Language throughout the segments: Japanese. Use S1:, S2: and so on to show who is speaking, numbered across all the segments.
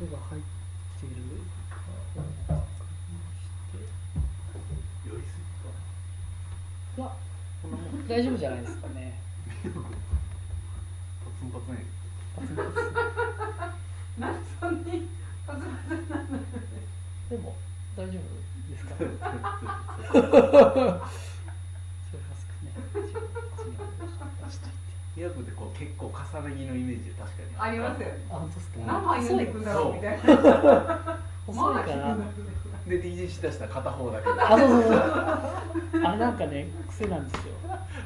S1: 音が入ってる
S2: いや大丈夫じゃないですかね
S3: なんでそんなにパツパツなの
S2: でも大丈夫ですかそれは少ない
S4: ヤクでこう結構重ね着のイメージで確かに
S3: ありますよね
S2: あ本当ですか
S3: 何枚読んでいくんだろうみたいな
S2: 細いから
S4: で DJ しだしたら片方だけ
S2: あそうそうそうあれなんかね癖なんですよ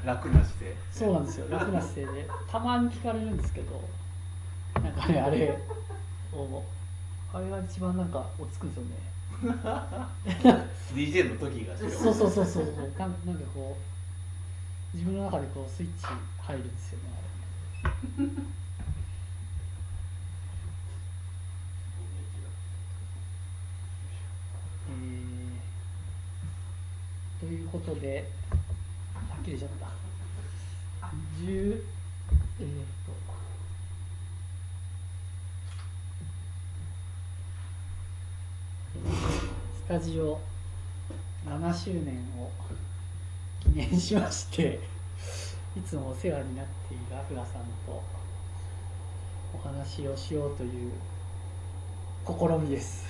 S4: 楽なして
S2: そうなんですよ楽な姿勢でたまに聞かれるんですけどなんかねあれをあれが一番なんか落ち着くんですよね
S4: DJ の時がし
S2: そうそうそうそうそうなんなんかこう自分の中でこうスイッチ入るんですよねあれ、えー、ということではっきりしちゃった10えー、っとスタジオ7周年を記念しましていつもお世話になっているアフラさんとお話をしようという試みです。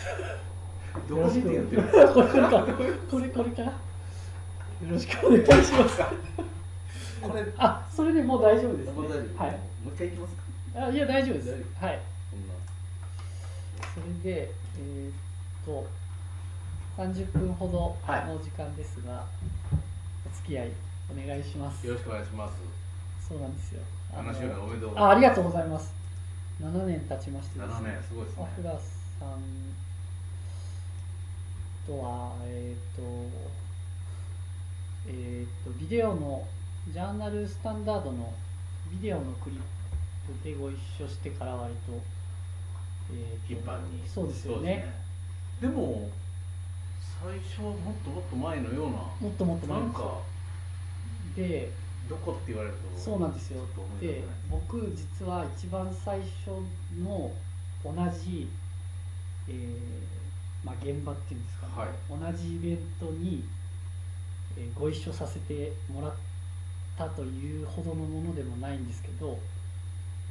S4: どうしてやってるんです
S2: これこれかこれこれかよろしくお願いし ます。
S4: かこれ
S2: あそれでもう大丈夫です、
S4: もう
S2: ね
S4: 大丈。夫
S2: はい。
S4: もう一回いきますか
S2: あいや大丈夫です
S4: 大丈。
S2: はい。
S4: こんな
S2: それで、えーっと30分ほど
S4: はい
S2: の時間ですが、お付き合いお願いします
S4: よ。ろしくお願いします
S2: そうなんですよ。あの
S4: 話よりおめでとうござい
S2: あ
S4: ま
S2: ありがとうございます。7年経ちまして
S4: す7年すごいです
S2: ア
S4: ね
S2: フラさんとは、えっ、と、えっ、と、ビデオの、ジャーナルスタンダードのビデオのクリップでご一緒してから割と、えーと
S4: 頻繁に
S2: そうですよね
S4: そうですねでも最初はもっともっと前のような
S2: もっともっと前
S4: なん
S2: です
S4: か
S2: で、
S4: どこって言われると
S2: そうなんですよ
S4: ちょっと思。い出せ
S2: で
S4: ない、
S2: 僕実は一番最初の同じ、えーまあ、現場っていうんですかね、
S4: はい
S2: 同じイベントに、えーご一緒させてもらったというほどのものでもないんですけど、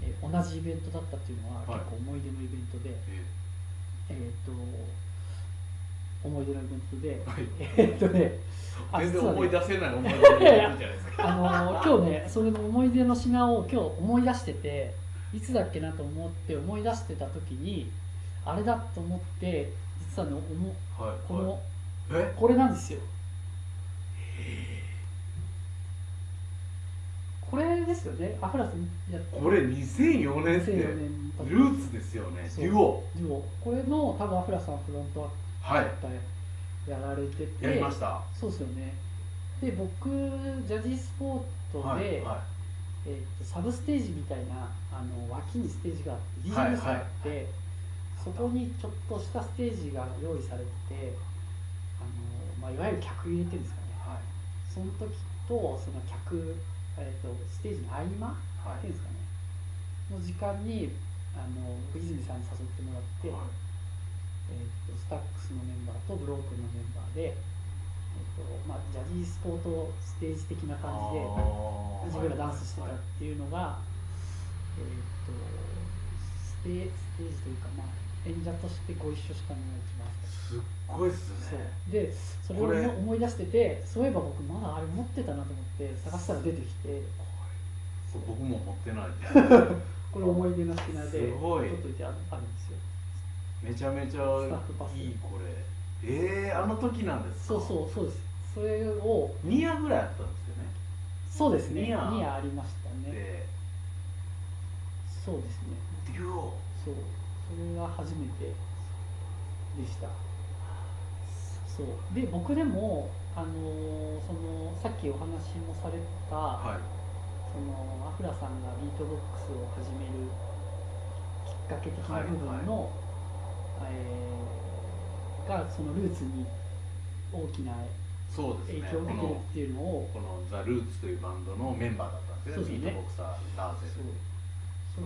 S2: えー同じイベントだったっていうのは
S4: はい
S2: 結構思い出のイベントで、
S4: え
S2: えー、と思い出のイベントで
S4: ーはい
S2: えーっとねあ
S4: 全然
S2: 実はね
S4: 思い出せない思い出が出てるじゃないですか
S2: あのー今日ねそれの思い出の品を今日思い出してていつだっけなと思って思い出してた時にあれだと思って実はねおも
S4: はい
S2: この、
S4: え
S2: これなんですよこれですよねアフラさんやって
S4: これ2004年って
S2: 2004年だった
S4: ルーツですよね
S2: そう
S4: デュオ
S2: でもこれの多分アフラさんフロントア
S4: はい
S2: クターやられてて
S4: やりました、
S2: そうですよねで僕ジャジースポートで、
S4: はいは
S2: えー、とサブステージみたいなあの脇にステージがあって
S4: はい
S2: DJ ブースがあって、そこにちょっとしたステージが用意されててあの、まあ、いわゆる客入れてるんですかね
S4: いは
S2: その時とその客、えー、とステージの合間
S4: いは
S2: っていう
S4: い
S2: んですかねの時間にあの僕泉さんに誘ってもらって、
S4: はい
S2: えー、とスタックスのメンバーとブロークンのメンバーで、えーとまあ、ジャジースポートステージ的な感じで。自分がダンスしてたっていうのが、えーっとステステージというか、まあ、演者としてご一緒したのが一番
S4: すっごいっす
S2: そう
S4: ね
S2: でそれを
S4: これ
S2: 思思い出しててそういえば僕まだあれ持ってたなと思って探したら出てきて
S4: そう僕も持ってない
S2: これ思い出の品です
S4: ごい
S2: 取っといてああるんですよ
S4: めちゃめち
S2: スタッフパ
S4: ゃ
S2: ス
S4: いいこれえー、あの時なんですか
S2: そうそうそうですそれを
S4: 2夜ぐらいやったんですよね
S2: そうですね
S4: ニア
S2: ニアありましたね
S4: で
S2: そうですね
S4: デュオ
S2: そうそれが初めてでしたそうで僕でも、あのーそのさっきお話もされた、
S4: はい
S2: そのアフラさんがビートボックスを始めるきっかけ的な部分の、えーがそのルーツに大きな
S4: そうです
S2: 影
S4: ね
S2: 響を受けてるっていうのを
S4: このこのザ・ルーツというバンドのメンバーだったんですよね
S2: そう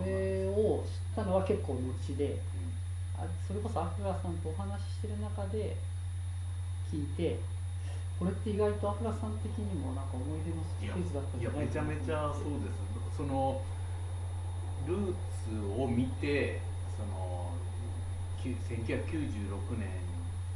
S2: です
S4: ビ
S2: ね
S4: ートボク
S2: そうそれを知った
S4: サーダンセル
S2: のは結構後で
S4: うん
S2: ああそれこそアフラさんとお話ししてる中で聞いてこれって意外とアフラさん的にもなんか思い出のス
S4: いや
S2: テージだったん
S4: い
S2: じゃ
S4: や
S2: ない
S4: めちゃめちゃそうですそのルーツを見てそのきゅ1996年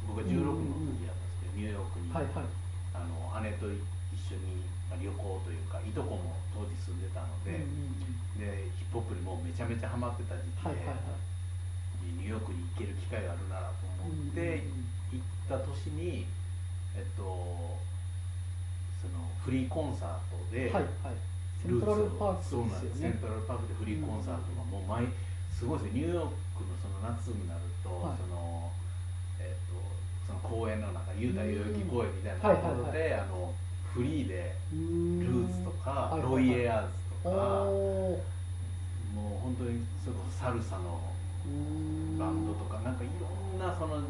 S4: 僕が16の時だったんですけど、ニューヨークに、
S2: はいはい
S4: あの姉と一緒にまあ旅行というかいとこも当時住んでたので、
S2: うんうんうん
S4: でヒップホップにもうめちゃめちゃハマってた時期で、
S2: はいはいはい
S4: ニューヨークに行ける機会があるならと思
S2: うんうんうん
S4: って、行った年にえっとそのフリーコンサートで、
S2: はいはいセントラルパー
S4: そうなん
S2: ク
S4: で
S2: ですすよ
S4: セ
S2: ね
S4: ントラルパークでフリーコンサートがもう毎すごいですよニューヨークのその夏になると、
S2: はい
S4: そのえっとその公園の中雄太代々木公園みたいな
S2: うん
S4: ところで、あのフリーで
S2: ル
S4: ルーツとか、
S2: はいはい
S4: ロ
S2: はい
S4: イエアーズと
S2: お
S4: か、
S2: お
S4: もう本当にそれこそサルサのバンドとかなんかいろんなその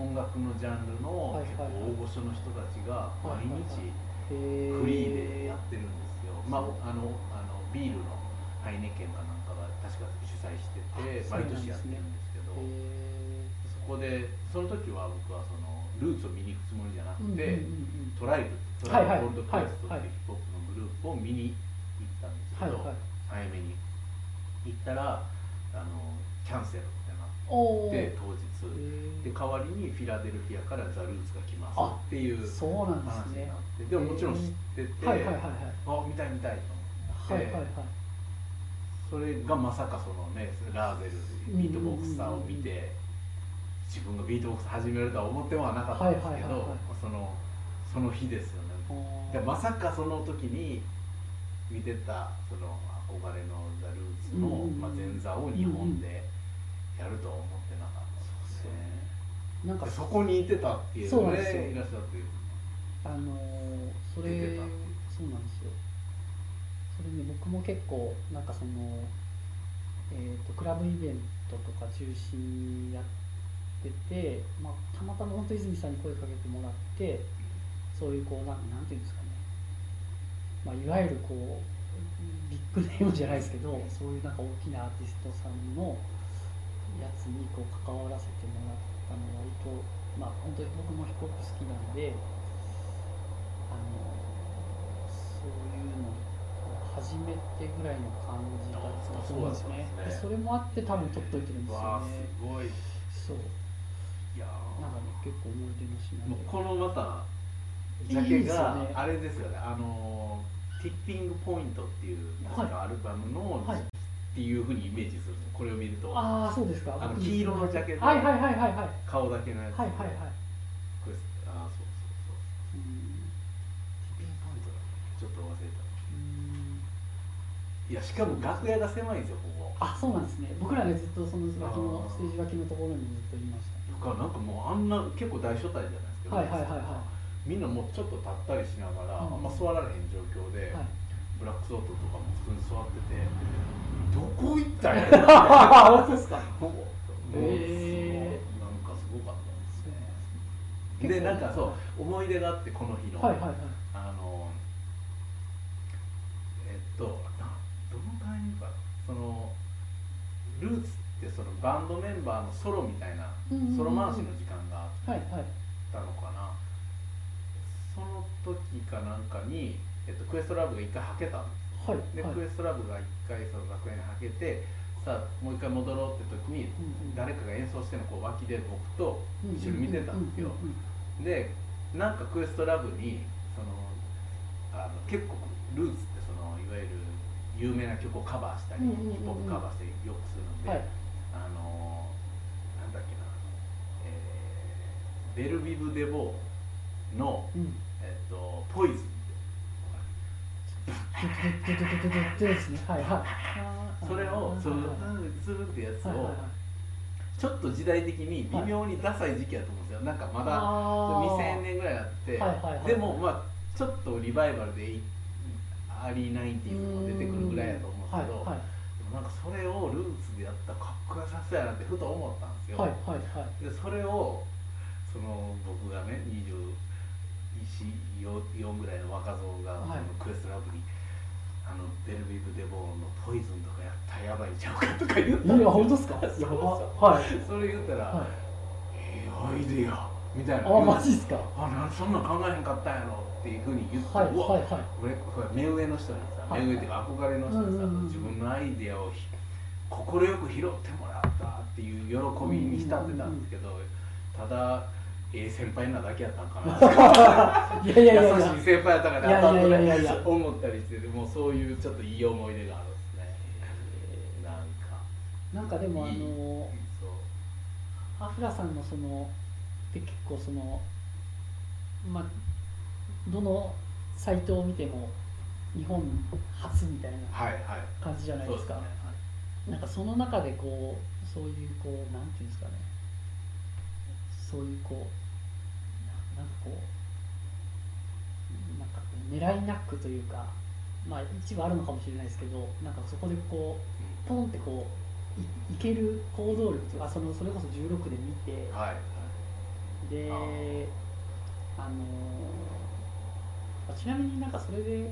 S4: 音楽のジャンルの
S2: はいはい
S4: 結構大御所の人たちが
S2: は
S4: 毎
S2: いはい
S4: 日
S2: フ
S4: フリーでやってるんですよ、まあ、あ
S2: そう
S4: のあのビールのハイネケンかなんかが確か主催してて
S2: あそう
S4: 毎
S2: なんですね
S4: 年やってるんですけどそこでその時は僕はそのルーツを見に行くつもりじゃなくて、トライブトライブ
S2: はいはい
S4: ゴールドクエスト
S2: はい
S4: って
S2: はい
S4: いうヒップホップのグループを見に行ったんですけ
S2: はい
S4: ど、
S2: はい
S4: 早めに行ったらあのキャンセルってなっ
S2: おお
S4: て当日で代わりにフィラデルフィアからザ・ルーツが来ますっていう
S2: そうなん
S4: 話
S2: です
S4: に
S2: ね
S4: なってでももちろん知ってて、
S2: はいはいはい
S4: あ見たい見たいと思
S2: は
S4: っ
S2: い
S4: て、
S2: はいはい
S4: それがまさかそのねラーゼルビートボクサーを見て自分がビートボクサー始めるとは思ってはなかったんですけど、
S2: はいはいはいはい
S4: そのその日ですよね
S2: おー
S4: でまさかその時に見てたその憧れのザ・ルーツの、
S2: うんうんうん
S4: まあ、前座を日本でやるとは思ってなかったですね、
S2: なんか
S4: でそこにいてたっていう
S2: そう
S4: の
S2: なん
S4: ね
S2: ですよ
S4: いらっしゃってる
S2: あのーそれ
S4: 出てた
S2: そうなんですよそれね僕も結構なんかそのえー、とクラブイベントとか中心にやってて、まあ、たまたま本当泉さんに声かけてもらってそういうこうなんなんていうんですかね、まあ、いわゆるこうビッグネームじゃないですけどそういうなんか大きなアーティストさんのやつにこう関わらせてもらったのは割とまあ本当に僕もヒップホップ好きなんであのそういうのを初めてぐらいの感じだったと思うんですよね
S4: そうなんで
S2: で
S4: すね
S2: それもあって多分撮っといてるんですよ
S4: わあ
S2: ね
S4: すごい
S2: そう
S4: いやー
S2: なんかね結構思い出の品
S4: もう
S2: で
S4: このまたジャ
S2: いいで
S4: ケ
S2: すよね
S4: があれですよねあのーティッピングポイントっていう
S2: はい
S4: アルバムの、
S2: はい
S4: っていうふうにイメージするんですこれを見ると
S2: ああそうですか
S4: あの
S2: 僕
S4: 黄色のジャケット
S2: はいはいはいはいはいはい
S4: 顔だけのや
S2: は
S4: つ
S2: いはい
S4: これあーそうそうそ
S2: う
S4: う
S2: ん
S4: ピンポイントだちょっと忘れた
S2: うん
S4: いやしかも楽屋が狭いんですよここ
S2: あそうなんですね僕らねずっとその脇
S4: あ
S2: のス
S4: ー
S2: テージ脇のところにずっといましたね
S4: とかなんかもうあんな結構大所帯じゃな
S2: はい
S4: いですか
S2: はいはいは
S4: みんなもうちょっと立ったりしながら、
S2: うん
S4: あんま座られへん状況で、
S2: いはい
S4: ブラックソートとかも普通に座っててどこ行ったんやろな
S2: あ本当ですか
S4: もう
S2: へ
S4: すごいなんかすごかったんです
S2: そうなんですね
S4: よでなんかそう思い出があってこの日の、
S2: はいはいはい
S4: あのえっとなどのタイミングかなそのルーツってそのバンドメンバーのソロみたいな
S2: うんうんうん
S4: ソロ回しの時間があっ
S2: はいはい
S4: たのかなその時かなんかに、えっと、クエストラブが一回はけたんです
S2: はい
S4: で、
S2: はい
S4: クエストラブが一回その楽屋にはけてさあもう一回戻ろうって時に
S2: うんうん
S4: 誰かが演奏してるのをこう脇で僕と一緒に見てたんですよ、
S2: うううん
S4: でなんかクエストラブにそのあの結構ルーツってそのいわゆる有名な曲をカバーしたり、
S2: うんうんうんうん
S4: ヒップホップカバーしたりよくするの
S2: うん
S4: で、
S2: はい
S4: あのなんだっけな、えーベルビブ・デ・ボーの、
S2: うん
S4: えっと「ポイズン」って
S2: ででででででですねはいはいあー
S4: それを
S2: はい
S4: その
S2: はいはい
S4: 「ズルン」ってやつ
S2: はいはい
S4: を
S2: はい
S4: ちょっと時代的に微妙にダサい時期やと思うんですよなんかまだ
S2: あー
S4: 2000年ぐらいあって、
S2: はいはいはい
S4: でもまあちょっとリバイバルでいアーリーナインティーズも出てくるぐらいやと思うんですけど、
S2: はいはい
S4: でもなんかそれをルーツでやったらかっこよさそうやなってふと思ったんですよ、
S2: はいはいはい
S4: でそれをその僕がね24ぐらいの若造が、
S2: はい
S4: そのクエストラブに「あのベルビブ・デボーンの「ポイズン」とかやったらやばいちゃうかとか言った
S2: い
S4: んですよ
S2: や本当ですかやば
S4: そう
S2: はい
S4: それ言ったら「
S2: はい
S4: ええアイデア」みたいな
S2: あマジっすか
S4: あなんそんなん考えへんかったんやろっていうふうに言って、
S2: はいう
S4: わ
S2: はいはい
S4: これこれ目上の人にさ、
S2: はい
S4: 目上っていうか憧れの人
S2: うん
S4: にさ、
S2: うんうん
S4: 自分のアイデアをひ快く拾ってもらったっていう喜びに浸ってたんですけど、ただええ先輩なだけやったんかなとか
S2: い やいやいやい
S4: 優
S2: や
S4: しい先輩やったか
S2: いやいや
S4: なと
S2: いやいやいや
S4: か思ったりしててもうそういうちょっといい思い出があるんですね、なんか
S2: なんかでもあ
S4: いい
S2: の
S4: そう
S2: アフラさんのそので結構そのまあどのサイトを見ても日本初みたいな
S4: はいはい
S2: 感じじゃないですか
S4: そうね
S2: なんかその中でこうそういうこうなんていうんですかねそういうこうななんかこうなんかこう狙いなくというかまあ一部あるのかもしれないですけどなんかそこでこうポンってこういいける行動力というかそのそれこそ16で見て
S4: はいはい
S2: であのーあちなみになんかそれで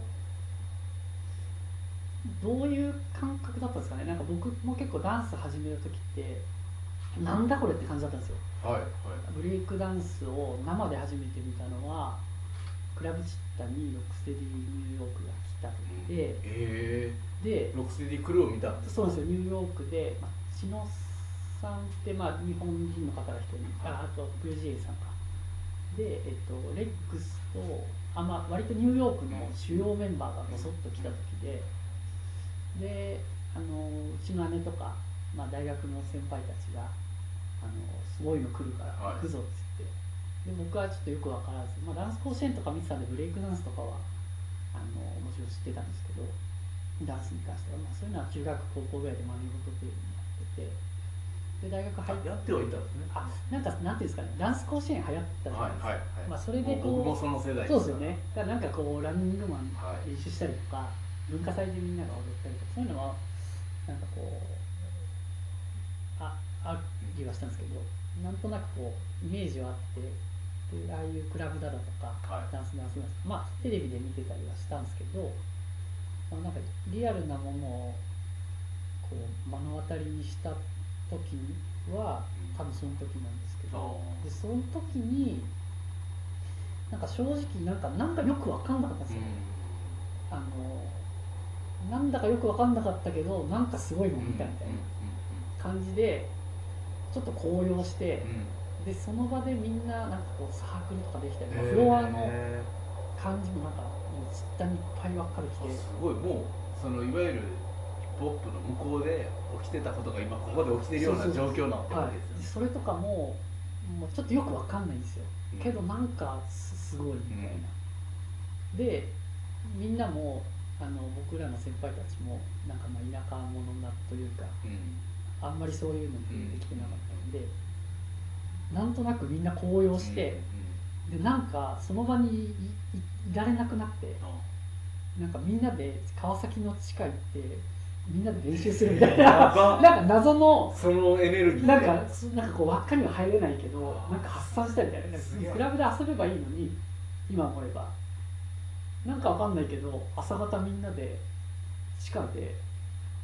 S2: どういう感覚だったんですかねなんか僕も結構ダンス始めた時ってなんだこれって感じだったんですよ
S4: はいはい
S2: ブレイクダンスを生で初めて見たのはクラブチッタにロックステディニューヨークが来た時で
S4: え
S2: で
S4: えロックスティクルーを見たんです
S2: そうなんですよニューヨークで、まあ、千野さんって、まあ、日本人の方が一人ああと VGA さんかで、えっと、レックスとあ、まあ、割とニューヨークの主要メンバーがぼそっと来た時でであのうちの姉とか、まあ、大学の先輩たちがあのすごいの来るから
S4: はい
S2: 行くぞっつって、で僕はちょっとよく分からず、まあ、ダンス甲子園とか見てたんでブレイクダンスとかはあのもちろん知ってたんですけどダンスに関しては、まあ、そういうのは中学高校ぐらいで学び事程度にやっててで大学入っ
S4: やってはいたんですね
S2: あなんかなんていうんですかねダンス甲子園流行ったじゃないですか、
S4: いは
S2: まあそれでこう
S4: 僕もその世代
S2: そうですよねだからなんかこうランニングマン
S4: は
S2: 練
S4: い
S2: 習したりとか、文化祭でみんなが踊ったりとかそういうのはなんかこうあありはしたんですけどなんとなくこうイメージはあってでああいうクラブだだとか
S4: はい
S2: ダンスダンスダンスまあテレビで見てたりはしたんですけど、まあ、なんかリアルなものをこう目の当たりにした時は
S4: うん
S2: 多分その時なんですけ
S4: あ
S2: ど
S4: ー
S2: でその時になんか正直なんかなんかよく分かんなかったんですよ、
S4: う
S2: あのなんだかよく分かんなかったけどなんかすごいの
S4: ん
S2: 見たみたいな感じでちょっと高揚して
S4: うんうんうん
S2: でその場でみんななんかこうサークルとかできたり、まあ
S4: へー
S2: フロアの感じもなんかもうちったにいっぱい分かるきて
S4: あすごいもうそのいわゆるポップの向こうで起きてたことが今ここで起きてるような
S2: そうそう
S4: 状況になってるわ
S2: は
S4: けで
S2: い、
S4: す
S2: それとかももうちょっとよくわかんないんですよ
S4: よね
S2: けどなんかすすごいみたいな、でみんなもあの僕らの先輩たちもなんかまあ田舎者なというか
S4: うん
S2: あんまりそういうのにできてなかったので、なんとなくみんな高揚して、でなんかその場にいいいられなくなって
S4: うん
S2: な
S4: うん
S2: んかみんなで川崎の地下行ってみんなで練習するみたい
S4: や
S2: な
S4: ば
S2: なんか謎の
S4: そのエネルギーで
S2: なんかそなんかこう輪っかには入れないけどなんか発散したみたいななん
S4: すげえ
S2: かクラブで遊べばいいのに今思えばなんかわかんないけど朝方みんなで地下で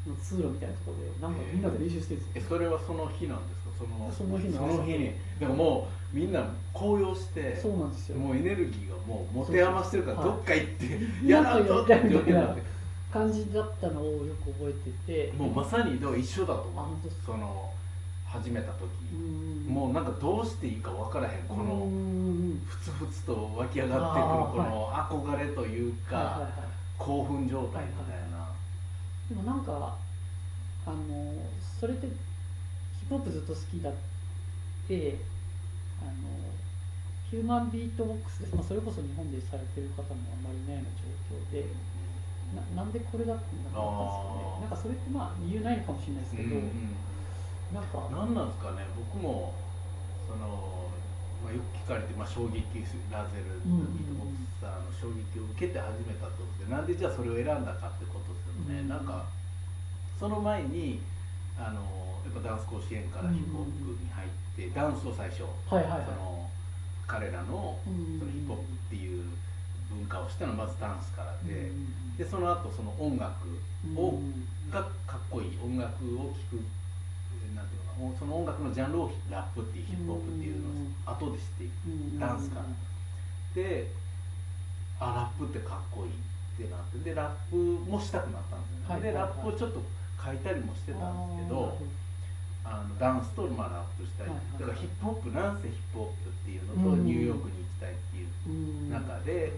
S2: の通路みたいなところでなんかみんなで練習してるんで
S4: え
S2: すよ、
S4: それはその日なんですかその
S2: その日の
S4: その日にだからもうみんな高揚して
S2: そうなんですよ
S4: もうエネルギーがもう持て余してるから
S2: そう
S4: どっか行って
S2: い
S4: やらんとって状況になって
S2: 感じだったのをよく覚えてて
S4: もうまさにでも一緒だと
S2: あ
S4: 思
S2: 本当
S4: う
S2: ですか
S4: その始めた時
S2: うん
S4: もうなんかどうしていいか分からへんこ
S2: う
S4: の
S2: ん
S4: ふつふつと湧き上がってくるこの憧れという
S2: はいはい
S4: か
S2: はい
S4: 興奮状態みたいな
S2: でもなんかあのそれってヒップホップずっと好きだってあのヒューマンビートボックスです、まあ、それこそ日本でされてる方もあんまりいないような状況でななんでこれだってなったんですか
S4: あ
S2: ね
S4: ー
S2: なんかそれってまあ理由ないのかもしれないです
S4: う
S2: け
S4: ん
S2: ど、
S4: うん
S2: なんか
S4: 何なんですかね僕もその、まあ、よく聞かれて、まあ、衝撃ラゼル
S2: うんうんうん
S4: ビートボックスさんの衝撃を受けて始めたってことでなんでじゃあそれを選んだかってことですよね、
S2: うん
S4: なんかその前にあのやっぱダンス甲子園からヒップホップに入って、ダンスを最初、
S2: はいはいはい
S4: その彼らの
S2: うん
S4: そのヒップホップっていう文化をしたのはまずダンスからで、
S2: うん
S4: でその後その音楽を、
S2: うん
S4: がかっこいい音楽を聴くなんていうのかなその音楽のジャンルをラップっていうヒップホップっていうのを後で知っていく
S2: うん
S4: ダンスからであラップってかっこいいってなってでラップもしたくなったんですよね、
S2: はいは
S4: で
S2: いはい
S4: ラップをちょっと変えたりもしてたんですけ
S2: あー
S4: どあのダンスとまあラップしたり、
S2: はいはい
S4: だからヒップホップなんせヒップホップっていうの
S2: う
S4: と
S2: ん
S4: ニューヨークに行きたいっていう
S2: うん
S4: 中で、やっ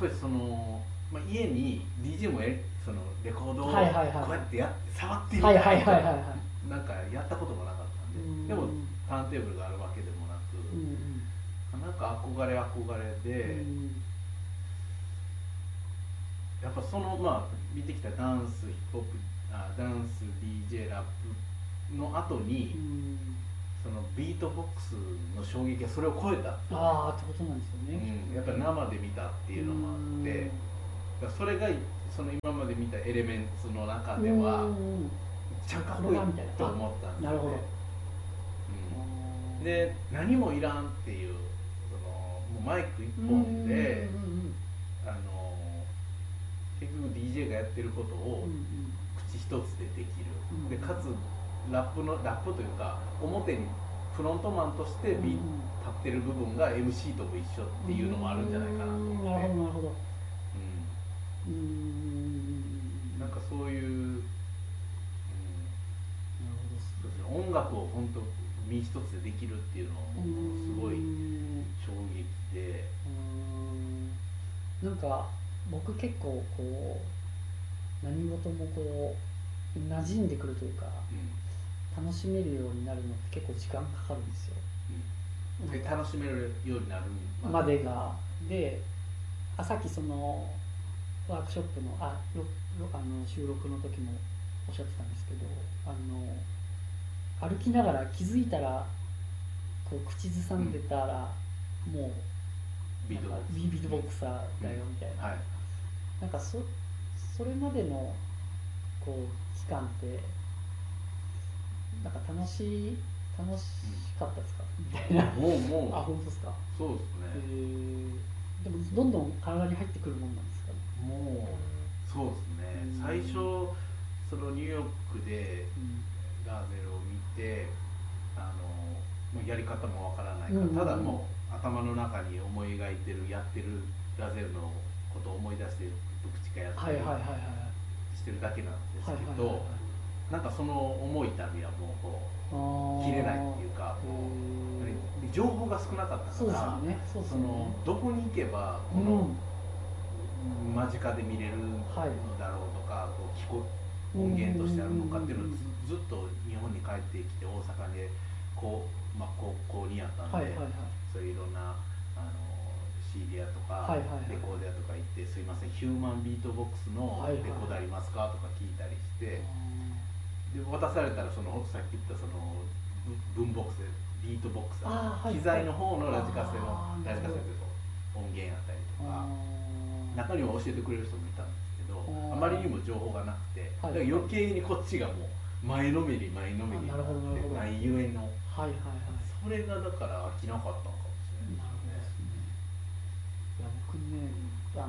S4: ぱりその、まあ、家に DJ もえそのレコードをこう
S2: はいはいはい
S4: やってやって触ってみた
S2: はいいはいはい
S4: とか
S2: はいは
S4: なんかやったこともなかった
S2: い
S4: んででもターンテーブルがあるわけでもなく、
S2: うんうん
S4: なんか憧れ憧れで、
S2: うん
S4: やっぱそのまあ見てきたダンスヒップホップあダンス DJ ラップの後に、
S2: うん
S4: そのビートボックスの衝撃がそれを超えた、
S2: ああってことなんですよね、
S4: うんやっぱり生で見たっていうのもあって、だからそれがその今まで見たエレメンツの中で
S2: う
S4: は
S2: ん
S4: めっちゃかっこいいと思ったんです
S2: なるほど、
S4: うんで何もいらんっていうそのもうマイク一本
S2: うんう
S4: で
S2: ん
S4: あの結局 DJ がやってるこ
S2: うん
S4: とを
S2: うんうん
S4: 口一つでできる、
S2: うん
S4: でかつラップのラップというか表にフロントマンとしてビート立ってる部分が MC とも一緒っていうのもあるんじゃないか
S2: う
S4: なと
S2: ん
S4: 思
S2: な
S4: っ
S2: るほどなる
S4: て
S2: ほど
S4: う
S2: うんうんうん
S4: んなんかそういう、うん、
S2: なるほど
S4: そうですね音楽を本当身一つでできるっていうのはすごい
S2: うん
S4: 衝撃で、
S2: なんか僕結構こう何事もこう馴染んでくるというか
S4: うん
S2: 楽しめるようになるのって結構時間かかるんですよ
S4: うんで楽しめるようになる
S2: までがであさっきそのワークショップのあろろあの収録の時もおっしゃってたんですけどあの歩きながら気づいたらこう口ずさんでたら、もう
S4: ビ
S2: な
S4: ー
S2: ん
S4: ト
S2: か
S4: ボックス
S2: ビビートボクサーだよみたいな、
S4: はい
S2: なんかそそれまでのこう期間ってなんか楽しい楽しかったですか、みたいな
S4: もう
S2: あ
S4: も
S2: 本当ですか
S4: うそうですね
S2: でもどんどん体に入ってくるもんなんですかね。
S4: もうそうですね最初そのニューヨークでガーゼルを見てあのもうやり方もわからない
S2: う
S4: から、
S2: んうんうん
S4: ただもう頭の中に思い描いてるやってるガーゼルのことを思い出して口がやった
S2: はい
S4: り
S2: はいはいはい。
S4: してるだけなんです
S2: はいはい
S4: け
S2: は
S4: どなんかその重い旅はもうこう
S2: いはい。
S4: 切れないっていうかもう
S2: へー
S4: 情報が少なかったから
S2: そうですよね。そうです
S4: そ
S2: よ
S4: の
S2: ね。
S4: どこに行けばこ
S2: うん
S4: の間近で見れるの
S2: はい
S4: だろうとか、こう聞こ音源としてあるのかっていうのをずずっと日本に帰ってきて大阪でこう、まあ、高校にやったんで、
S2: はいはいはい。
S4: そういういろんなあの CD 屋とか、
S2: はいはいはい
S4: レコード屋とか行って「すいませんヒューマンビートボックスの
S2: はいはい
S4: レコードありますか?」とか聞いたりして、で渡されたらそのさっき言ったそのぶ文ボックスビートボックス、
S2: あーはい
S4: 機材の方のラジカセ
S2: あ
S4: の
S2: ー
S4: ラジカセって音源やったりと
S2: あ
S4: か。中には教えてくれる人もいたんですけど
S2: ー
S4: あまりにも情報がなくて、
S2: はい
S4: だから余計にこっちがもう前のめり前のめりに
S2: あなるほどなるほど
S4: ないゆえ
S2: ー
S4: の
S2: はいはいはい。なるほどですね。
S4: それがだから飽きなかったのかもしれないですね
S2: いや僕ね、あのー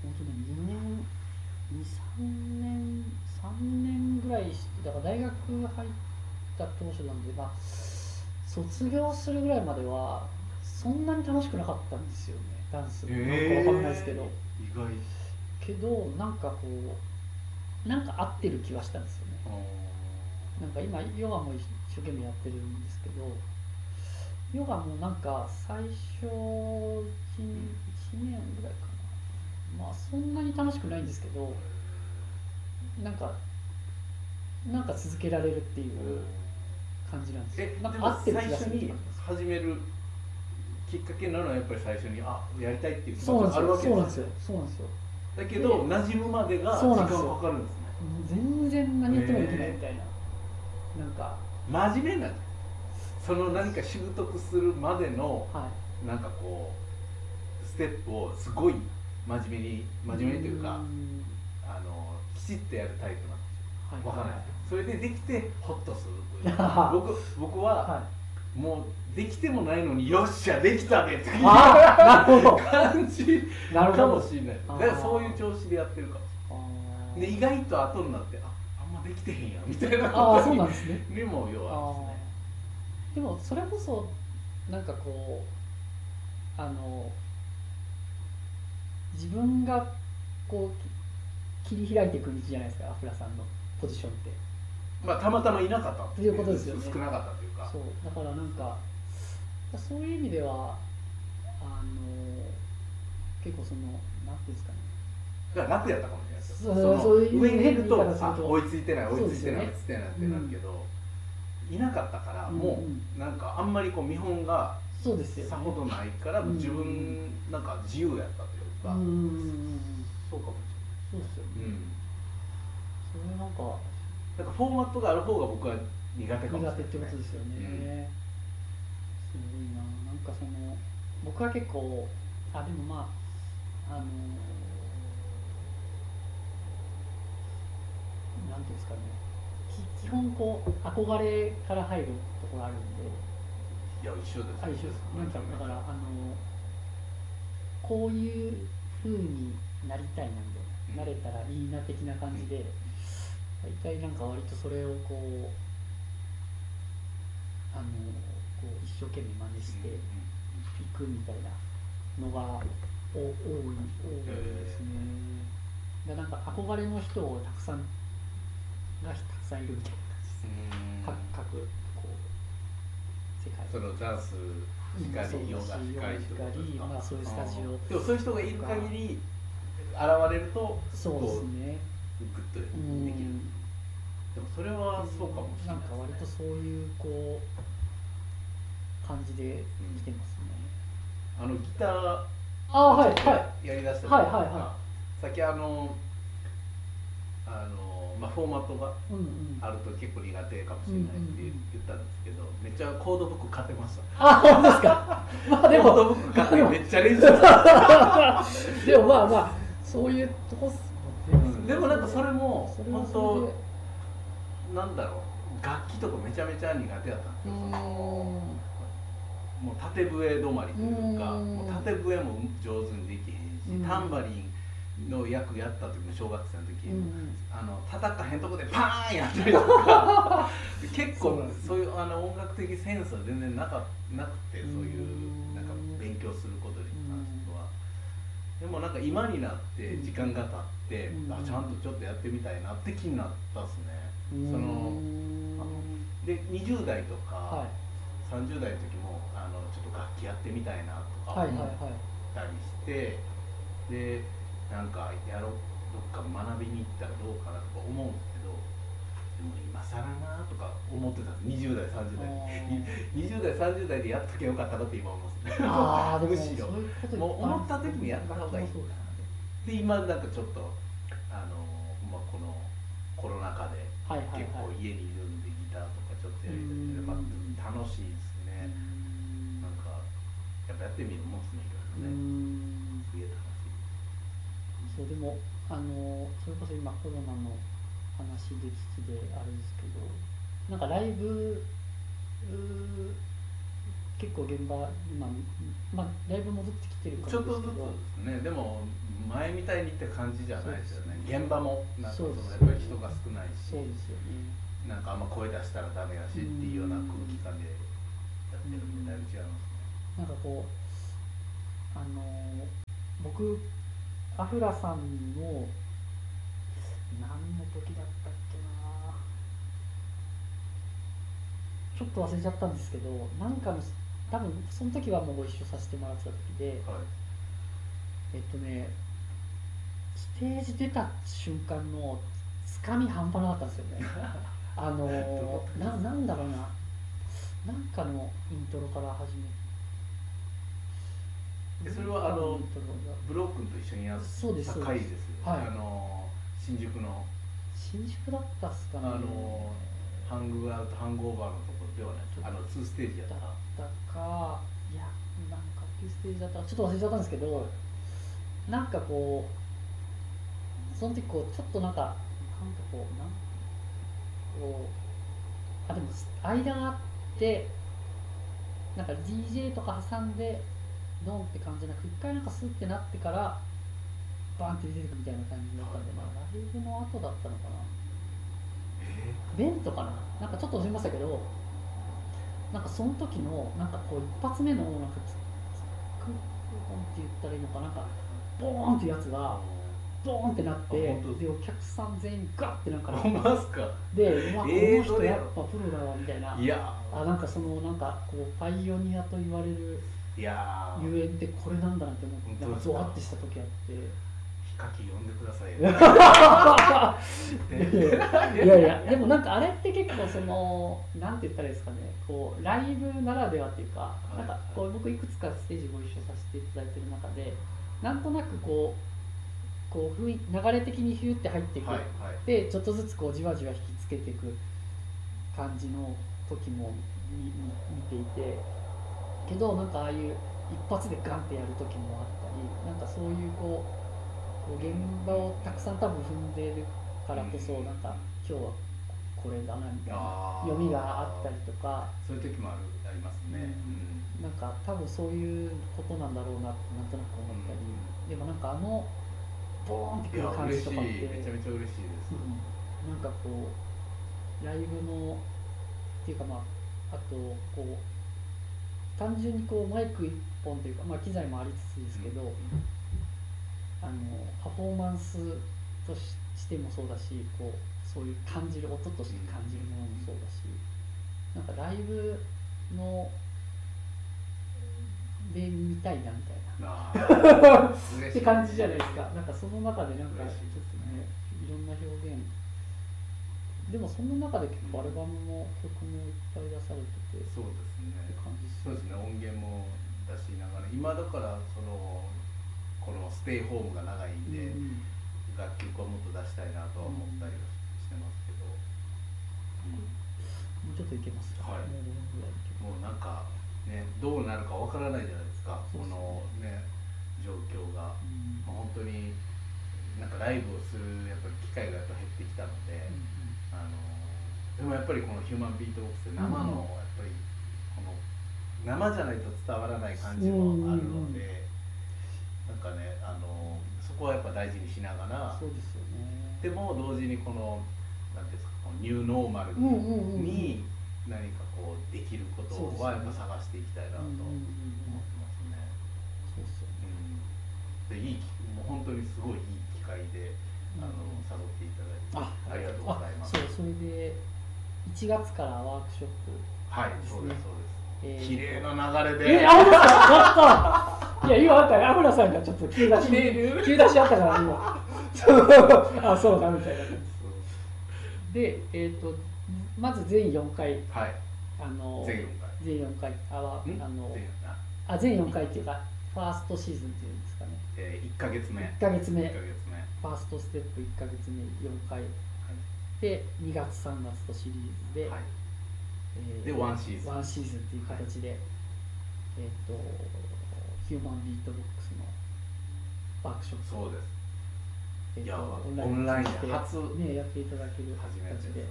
S2: 本当ね2年23年3年ぐらいしてだから大学入った当初なんでまあ卒業するぐらいまではそんなに楽しくなかったんですよねダンス、なんかわかんないですけど
S4: えー意
S2: け
S4: 外
S2: どなんかこうなんか合ってる気はしたんですよねなんか今ヨガも一生懸命やってるんですけどヨガもなんか最初 1, 年ぐらいかなまあそんなに楽しくないんですけどなんかなんか続けられるっていう感じなんですよ
S4: え
S2: なん
S4: で
S2: か合
S4: も
S2: ってる
S4: 最
S2: 気が
S4: 初
S2: するって
S4: に
S2: 感じです
S4: 始めるきっかけなのはやっぱり最初にあやりたいっていう気
S2: そうな
S4: 持
S2: んで
S4: ち
S2: す
S4: がある
S2: よ
S4: わけ
S2: そうなん
S4: で
S2: です
S4: す
S2: よ
S4: ね
S2: そうなんですよ
S4: だけど馴染むまでが時
S2: そうなんですよ
S4: 間かかるんですね
S2: 全然何やってもできないみたいな、なんか
S4: 真面目なのその何か習得するまでの
S2: はい
S4: なんかこうステップをすごい真面目に真面目にというか
S2: ん
S4: あのきちっとやるタイプなんです
S2: はい
S4: よわかんないそれでできてホッとするとい う
S2: は
S4: 僕僕は、
S2: い
S4: もうできてもないのによっしゃできたねっていう
S2: ああなるほど
S4: 感じ
S2: なる
S4: か
S2: ほ
S4: も
S2: ど
S4: しれない
S2: あ
S4: だ
S2: ー
S4: からそういう調子でやってるかも
S2: あー
S4: で意外と後になってああんまできてへんやんみたいな
S2: あー
S4: こと
S2: そう
S4: に
S2: なんですね
S4: でも要はですね
S2: でもそれこそなんかこうあの自分がこう切切り開いていく道じゃないですかアフラさんのポジションって
S4: まあたまたまいなかったって
S2: ということですよね
S4: 少なかったというか
S2: そうだからなんかそういう意味ではあの結構そのなんていうんですかね
S4: だから楽やったかもしれないですよ
S2: そう
S4: の
S2: そういう
S4: 上にいると
S2: 言い方すると
S4: あ追いついてない追いついてない
S2: そう
S4: 追い
S2: で
S4: ついてないってなるけど、いなかったからも
S2: うん
S4: うなんかあんまりこう見本が
S2: そうですよ
S4: さ
S2: ね
S4: ほどないから
S2: うん
S4: 自分なんか自由やったという
S2: う
S4: か、
S2: んうんうんうん
S4: そうかもし
S2: そうですよね
S4: れない、うん、
S2: それなんか
S4: なんかフォーマットがある方が僕は苦手かもしれな
S2: 苦
S4: い
S2: 手ってことですよね、すごいななんかその僕は結構あでもまああのなんていうんですかねき基本こう憧れから入るところあるんで
S4: いや一緒です
S2: あ一緒ですなんかだからあのこういう風になりたいなみたいな、
S4: うん
S2: なれたらいいな的な感じで、大体なんか割とそれをこうあのこう一生懸命真似していくみたいなのがお多い多いですね、だからなんか憧れの人をたくさんがたくさんいるみたいな感じです
S4: う
S2: ね、
S4: ん
S2: 各各こう世界
S4: そのダンス光ヨガ光ってことですか
S2: まあそういうスタジオ
S4: でもそういう人がいる限り現れると
S2: そうですね
S4: グッとでき
S2: う
S4: る、
S2: ん
S4: でもそれはそうかもしれない
S2: んか割とそういうこう感じで来てますね、
S4: あのギター
S2: ああはい
S4: ちょっ
S2: は
S4: とやりだしたじゃ
S2: はい
S4: ないですか
S2: はいは
S4: さっきあのあの、まあ、フォーマットが
S2: いうんうん
S4: あると結構苦手かもしれないって言ったんですけど、めっちゃコードブック買ってました
S2: あ本当です かまあで
S4: コード
S2: も
S4: ブック買ってめっちゃ練習した
S2: でもまあまあそういうとこっす もんね
S4: でもなんかそれも
S2: それはそれ
S4: 本当
S2: で
S4: なんだろう楽器とかめちゃめちゃ苦手だったんです
S2: う
S4: よそ
S2: ん
S4: のもう縦笛止まりというか
S2: うん
S4: もう縦笛も上手にできへん
S2: うん
S4: しタンバリンの役やった時も小学生の時、
S2: うん
S4: あの叩かへんとこでパーンやったりとか結
S2: そう
S4: 構
S2: なんです
S4: そういうあの音楽的センスは全然なかなくてそういう
S2: うん
S4: なんか勉強することに関しては。でもなんか今になって時間が経って、
S2: うん
S4: あちゃんとちょっとやってみたいなって気になったっすね
S2: うん
S4: その
S2: うん
S4: あので20代とか、
S2: は
S4: 30代の時もあのちょっと楽器やってみたいなと
S2: い
S4: か
S2: はいはい
S4: 思っ
S2: はい
S4: たりして、でなんかやろうどっか学びに行ったらどうかなとか思うんですけどでも今更なとか思ってた20代30代20代30代でやっときゃよかったなって今思うんですね
S2: あーでも
S4: む
S2: そう
S4: し
S2: いう
S4: ろ
S2: こといっぱいある
S4: もう思った時にやった方がいいなで今なんかちょっとあの、まあ、このコロナ禍で
S2: はいはいはい
S4: 結構家にいるんでギターとかちょっとやりたいけど、
S2: うん
S4: まあ、楽しいですね、なんかやっぱやってみるもんですね
S2: う
S4: いろいろ
S2: ん
S4: ね
S2: そう
S4: すげえ楽しい
S2: でもあのそれこそ今コロナの話で聞きであれですけどなんかライブうー結構現場今、まあ、ライブ戻ってきてるから
S4: ちょっと
S2: です
S4: ず
S2: けど
S4: つですねでも前みたいにって感じじゃないですよね現場もなんかその
S2: そうです
S4: やっぱり人が少ないし
S2: そうですよね
S4: なんかあんま声出したらダメやしっていうような空気感でやってるんでだいぶ違い
S2: な
S4: ますね
S2: んかこうあの僕アフラさんの何の時だったっけなちょっと忘れちゃったんですけどなんかの多分その時はもうご一緒させてもらってた時で
S4: はい
S2: えっとねステージ出た瞬間のつかみ半端なかったんですよね あのななんだろうななんかのイントロから始め
S4: えそれは
S2: イ
S4: あの
S2: ントロが
S4: ブロー君と一緒にやっ
S2: そうです
S4: た
S2: そう
S4: 回
S2: で
S4: ですすよ
S2: はい
S4: あの新宿の
S2: 新宿だったっすかね
S4: あのハングアウトハングオーバーのところではないあの2ステージやっ
S2: だ
S4: た
S2: っ、たかいやなんかっていうステージだったかちょっと忘れちゃったんですけどなんかこうその時こうちょっとなんかなんかこうなんこうあでも間があってなんか DJ とか挟んでドンって感じじゃなく一回なんかスッてなってからバンって出てくみたいな感じだったんで、まあ、ライブの後だったのかな
S4: え
S2: ベントかななんかちょっと忘れましたけどなんかその時のなんかこう一発目のなんかつつくボンって言ったらいいのかなんかボーンってやつがボーンってなって
S4: あ本当
S2: でお客さん全員ガッてなんか
S4: ー、ほんまっすか
S2: で、まあ、こ
S4: え
S2: の
S4: ーど
S2: 人
S4: れ
S2: やっぱプロだわみたいない
S4: や
S2: あなんかそのなんかこうパイオニアと言われる
S4: いやー
S2: 遊園ってこれなんだなって思ってなん
S4: 本当
S2: か
S4: です
S2: ゾ
S4: か
S2: ワッてした時あって
S4: ヒカキ呼んでくださいよ
S2: いやいやでもなんかあれって結構そのなんて言ったらいいですかねこうライブならではっていうか
S4: い
S2: なんかこう僕いくつかステージご一緒させていただいてる中でなんとなくこうこう雰囲流れ的にヒューって入っていく、
S4: はいはい
S2: でちょっとずつこうじわじわ引きつけていく感じの時もみみ見ていてけどなんかああいう一発でガンってやる時もあったりなんかそういうこうこう現場をたくさん多分踏んでるからこそ
S4: うん
S2: なんか今日はこれだなみたいな
S4: あー
S2: 読みがあったりとか
S4: そういう時もあるありますね、うん
S2: なんか多分そういうことなんだろうなってなんとなく思ったりでもなんかあのボーンってく
S4: い
S2: る
S4: や
S2: 感
S4: 嬉
S2: じ
S4: しい
S2: と
S4: め
S2: かって。
S4: ちゃめちゃ嬉しいです、
S2: うんなんかこうライブのっていうかまああとこう単純にこうマイク1本というか、まあ、機材もありつつですけど、
S4: うん
S2: あのパフォーマンスとししてもそうだしこうそういう感じる音として感じるものもそうだしなんかライブので見たいなみたいな
S4: あ ー嬉
S2: っ
S4: し
S2: て
S4: い
S2: 感じじゃないですかなんかその中でなんか
S4: 嬉し
S2: ち
S4: い
S2: ょっとねいろんな表現でもその中で結構アルバムも曲もいっぱい出されてて
S4: そうです
S2: って
S4: ね
S2: 感じ
S4: そうですね音源も出しながら今だからそのこのステイホームが長いんで、
S2: うん
S4: 楽曲はもっと出したいなとは思ったりはしてますけど、う
S2: もうちょっといけますか、
S4: はい
S2: もう5分ぐらいいけ
S4: んもうなんかねどうなるかわからないじゃないですか
S2: そ
S4: こ
S2: うそう
S4: のね状況が
S2: ます、うん
S4: まあ本当になんかライブをするやっぱり機会がやっぱ減ってきたので、あのでもやっぱりこのヒューマンビートボックスって生
S2: う
S4: の
S2: ん
S4: やっぱりこの生じゃないと伝わらない感じもあるので、なんかねあのそこはやっぱ大事にしながら
S2: そうですよね
S4: でも同時にこの何ていうんですかこのニューノーマル
S2: うんうんうんうん
S4: に何かこうできるこ
S2: そうです
S4: と
S2: ね
S4: はやっぱ探していきたいなと
S2: うんうん
S4: 思って
S2: うんうん
S4: ますね。
S2: そうですよね
S4: うんでいいきもう本当にすごいいい機会であの誘っていただいて。
S2: あ
S4: ありがとうございます
S2: あそうそれで1月からワークショップ
S4: はい、
S2: ですね
S4: そうです、そうです。
S2: えー
S4: 綺麗な流れで。
S2: えあほらさんやったいや今あったよアフラさんがちょっと急出し
S4: 綺麗
S2: 急出しあったから今そうあそうだみたいなでえっ、とまず全4回
S4: はい、
S2: あの
S4: 全4回。
S2: 全4回あわ
S4: ん
S2: あの
S4: 全4回。
S2: あ全4回っていうかファーストシーズンっていうんですかね
S4: えー、1ヶ月目。
S2: 1ヶ月目
S4: 一ヶ月目。はい。
S2: ファーストステップ1ヶ月目4回で2月3月とシリーズで、
S4: はい
S2: えー
S4: で、ワンシーズン。
S2: ワンシーズンっていう形で、えっ、とヒューマンビートボックスのワークショップ
S4: そうです。
S2: えー
S4: い
S2: と
S4: や
S2: で
S4: オンライン初
S2: ねやっていただける
S4: 初めて
S2: 形
S4: で。
S2: です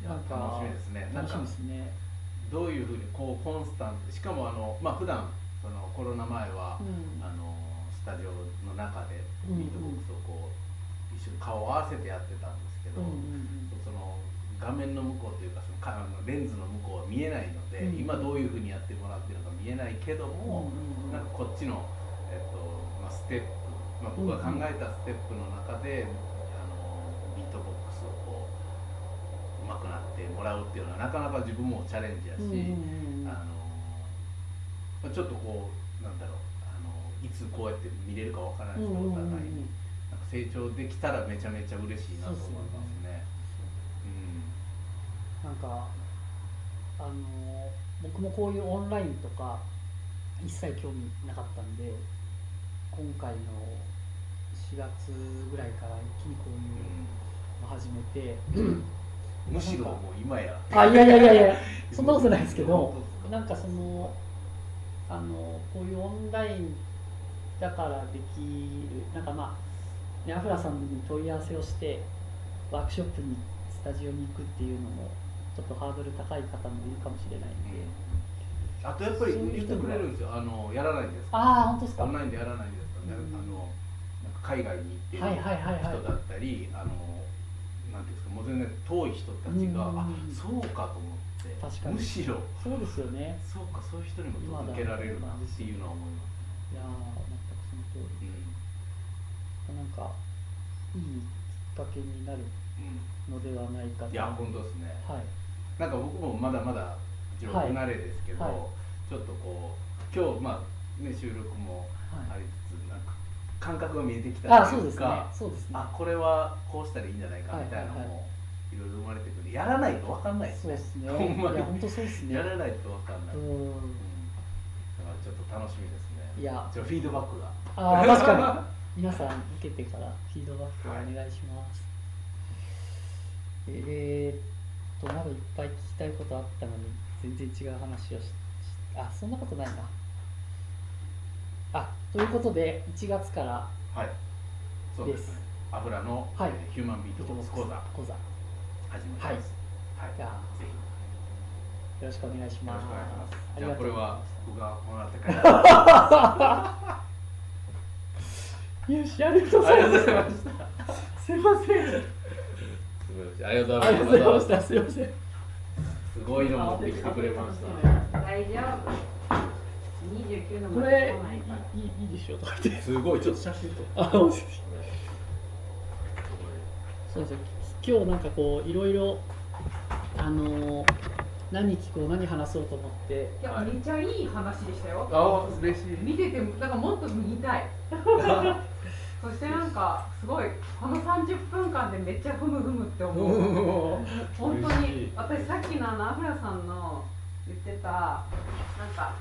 S4: いや
S2: なんか
S4: 楽しみですね。なん
S2: 楽しみ
S4: か
S2: ですね。
S4: どういうふうにこうコンスタントしかもあのまあ普段そのコロナ前は、
S2: うん
S4: あのスタジオの中で
S2: うん
S4: ビートボックスをこう、一緒に顔を合わせてやってたんですけ
S2: う
S4: ど、
S2: んうん
S4: その画面の向こうというかそのかあのレンズの向こうは見えないので、
S2: うん
S4: 今どういうふうにやってもらってるのか見えないけど
S2: うん。
S4: も、
S2: うんうん
S4: なんかこっちの、えっとまあ、ステップ、まあ、僕が考えたステップの中で、あのビートボックスをこう上手くなってもらうっていうのはなかなか自分もチャレンジや
S2: う
S4: し、
S2: んうんうん
S4: あのまあちょっとこうなんだろうあのいつこうやって見れるかわからない
S2: うん
S4: ですけ
S2: うん
S4: ど、お
S2: うんう
S4: 互
S2: ん
S4: いになんか成長できたらめちゃめちゃ嬉しいなと思いますね。う
S2: なんかあの僕もこういうオンラインとか一切興味なかったんで今回の4月ぐらいから一気にこういう。始めて、
S4: んむしろもう今や
S2: あいやいやいやいやそんなことないですけど
S4: 本当ですか
S2: なんかそのあのこういうオンラインだからできるなんかまあねアフラさんに問い合わせをしてワークショップにスタジオに行くっていうのもちょっとハードル高い方もいるかもしれないんで、
S4: うんあとやっぱり
S2: そういう
S4: 言っ
S2: 人
S4: て
S2: も
S4: くれるんですよあのやらないんですか
S2: ああ本当ですか
S4: オンラインでやらないんですか、ね
S2: うん
S4: あのなんか海外に行ってる
S2: はいはいはいはい
S4: 人だったり、あのなんていうんですかもう全然遠い人たちが、
S2: うん
S4: あそうかと思って
S2: 確かに
S4: むしろ
S2: そうですよね
S4: そうかそういう人にも届けられるなっていうのは思います、
S2: いやー全くその通
S4: うん
S2: りなんかいいきっかけになる
S4: う
S2: のではないか
S4: ん、
S2: と
S4: いや本当ですね
S2: はい
S4: なんか僕もまだまだ一応
S2: はい
S4: 離れですけど、
S2: はい
S4: ちょっとこう今日まあね収録もあ
S2: は
S4: りつつなんか感覚が見えてき
S2: い、
S4: た
S2: ああ
S4: と
S2: そ
S4: いうう
S2: ですね
S4: か
S2: そうですね
S4: あこれはこうしたらいいんじゃないかみたいなの
S2: はいはいは
S4: もいろいろ生まれてくるやらないと分かんないです
S2: そう
S4: ね
S2: ですねいや
S4: ほんまに
S2: 本当そうですね、
S4: やらないと分かんないううん
S2: ん
S4: だからちょっと楽しみですね
S2: いや
S4: じゃあフィードバックが
S2: あー確 かに皆さん受けてからフィードバックをお願いします、えー、っとまだいっぱい聞きたいことあったのに全然違う話をししあそんなことないなあということで1月から
S4: はいそうです
S2: で
S4: ね
S2: す
S4: 油の、
S2: はい
S4: えーヒューマンビートボックス講座
S2: 講座よ
S4: 始めますはい、
S2: じゃあ
S4: ぜひ
S2: ろしくお願いし
S4: よ
S2: ま
S4: ろ
S2: す
S4: しくお願いします。
S2: あ
S4: じ
S2: り
S4: ゃあ
S2: が
S4: こ
S2: うござい
S4: とれは
S2: ま
S4: 僕がもらったから。
S2: すよしありがとうござい ます
S4: ました。
S2: すいません
S4: ありがとうご
S2: あ
S4: ざ
S2: りが
S4: い
S2: とうご
S4: ま
S2: ざいま
S4: し。
S2: したたすいません
S4: すごいの持ってきてくれました。
S3: 大丈夫。二十九の
S2: こ
S3: まで
S2: れ
S3: 来ないから。
S2: いいいいいでしょうとか言って
S4: すごい、ちょっと写真撮って。
S2: あ本当ですそうですよき今日なんかこういろいろあのー何聞こう何話そうと思って
S3: いや、めちゃいい話でしたよ。
S4: あ、嬉しい。
S3: 見てて、だからもっと見たい。そしてなんか、すごい、この30分間でめっちゃふむふむって思う。本当
S4: 嬉しい
S3: に、私さっきのあの、アフラさんの言ってた、なんか、